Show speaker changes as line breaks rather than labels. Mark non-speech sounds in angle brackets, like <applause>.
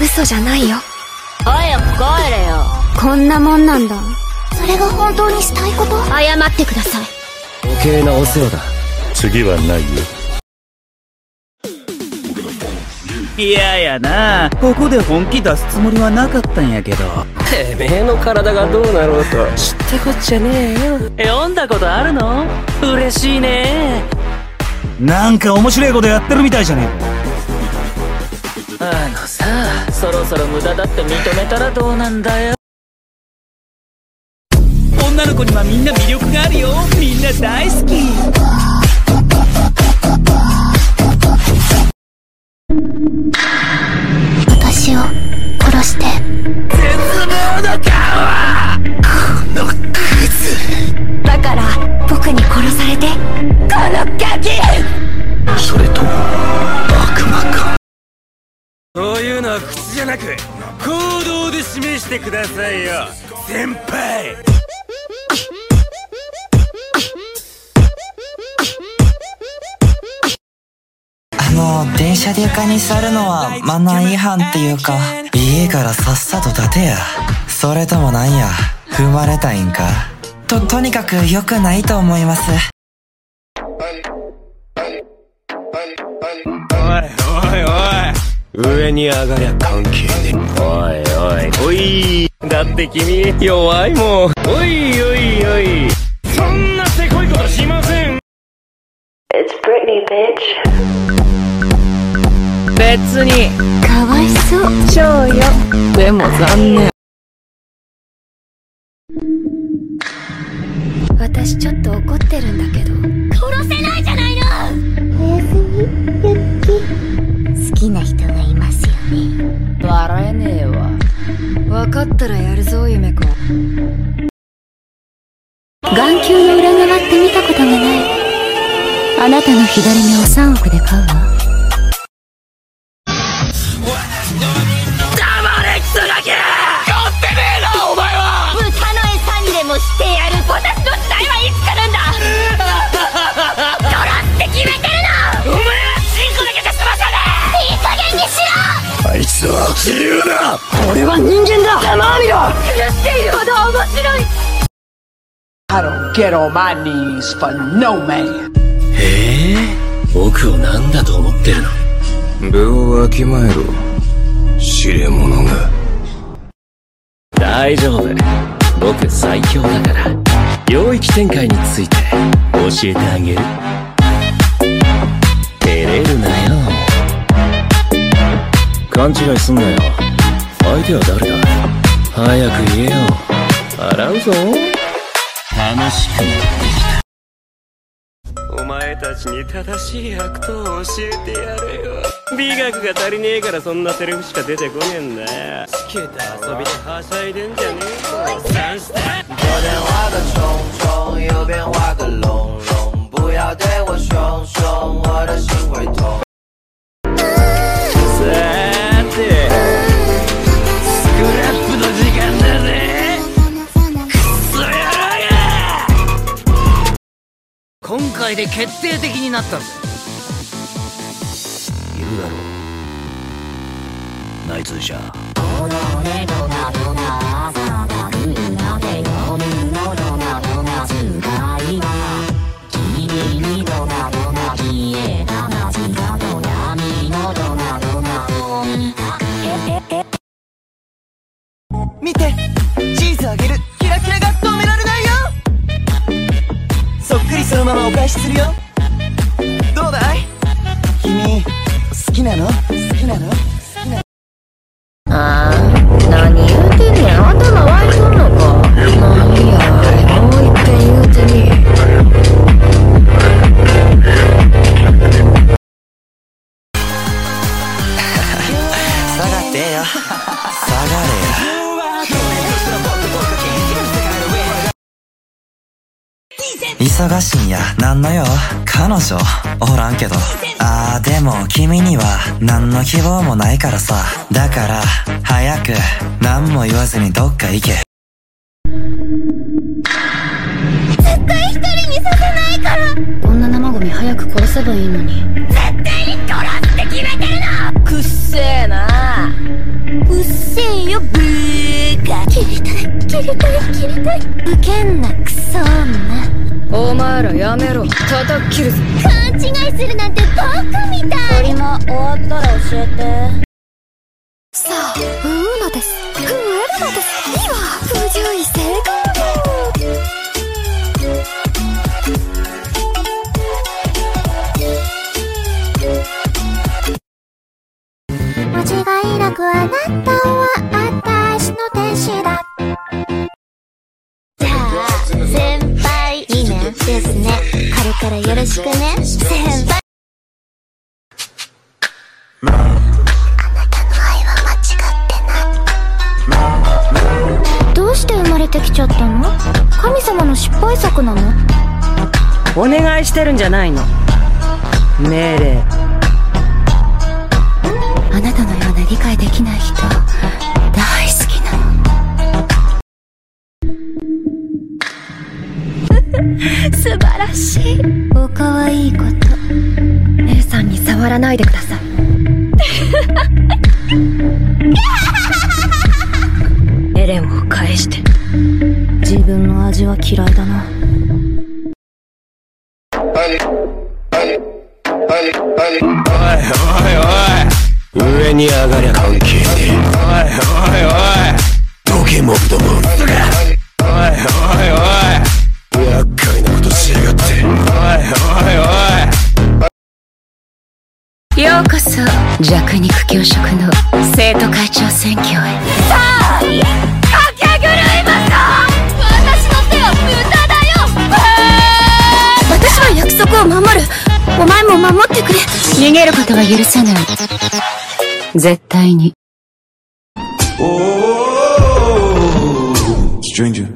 嘘じゃないよ
早く帰れよ
こんなもんなんだそれが本当にしたいこと
謝ってください
余計なお世話だ
次はないよ
いややなここで本気出すつもりはなかったんやけど
てめえの体がどうなろうと知ったこっちゃねえよ
読んだことあるの嬉しいね
なんか面白いことやってるみたいじゃね
あのさそろそろ無駄だって認めたらどうなんだよ
女の子にはみんな魅力があるよみんな大好き
私を殺して絶望の顔このクズだから僕に殺されてこのガキ
それとも悪魔か
そういうのは口じゃなく行動で示してくださいよ先輩
あの電車で床に座るのはマナー違反っていうか家からさっさと立てやそれともなんや踏まれたいんかととにかく良くないと思います
上に上がりゃ関係ね
おいおいおいだって君弱いもんおいおいおいそんなせこいことしません
別に
かわいそう
超よでも残念
私ちょっと怒ってるんだけど殺せないじゃないのおやすみ好きな人がいますよね
笑えねえわ
分かったらやるぞ夢子眼球の裏側って見たことがないあなたの左目を3億で買うわ
豚の餌にでもしてやる私の時代はいつ来るんだ
あいつは自由だ
ええ僕をなんだと思ってるの
部をわきまえろ知れ者が
大丈夫僕最強だから領域展開について教えてあげる照れるなよ勘違いすんなよ相手は誰だ早く言えよ洗うぞ楽しく
お前たちに正しい悪党を教えてやれよ美学が足りねえからそんなセリフしか出てこねえんだよつけた遊びではしゃいでんじゃねえよ三下さーてスクラップの時間だぜクソ野郎が
今回で決定的になったんだ
言うだろう内通者
見てチーズあげるキラキラが止められないよそっくりそのままお返しするよどうだい君好きなの好きなの
あー何言うてんねん頭割いとんのか何やもう一遍言うてみ <laughs>
下がってえよ下がれよ忙しいんやなんのよ彼女おらんけどあーでも君には何の希望もないからさだから早く何も言わずにどっか行け
女生ゴミ早く殺せばいいのに
くっせえ
切りたい切りたいウケんなクソ女
お前らやめろ叩き切るぞ
勘違いするなんてバカみたい鳥も終わったら教えてさあウーノですグエルノです今不注意成功間違いなくあなたは私の天使だじゃあ先輩いいねですねこれからよろしくね先輩どうして生まれてきちゃったの神様の失敗作なの
お願いしてるんじゃないの命令
あなたのような理解できない人大好き
<laughs>
なの素晴らしいおかわいいこと
姉さんに触らないでください <laughs> エ
<laughs>
レンを返して
自分の味は嫌いだな
上に上がりゃ関係ねえおいおいおい時計もぶどもぶだおいおいおい厄介なことしやがって
ようこそ弱肉強食の生徒会長選挙へさあ駆け狂いますか私の手は豚だよ私は約束を守るお前も守ってくれ逃げることは許さない絶対に
Stranger.
<laughs>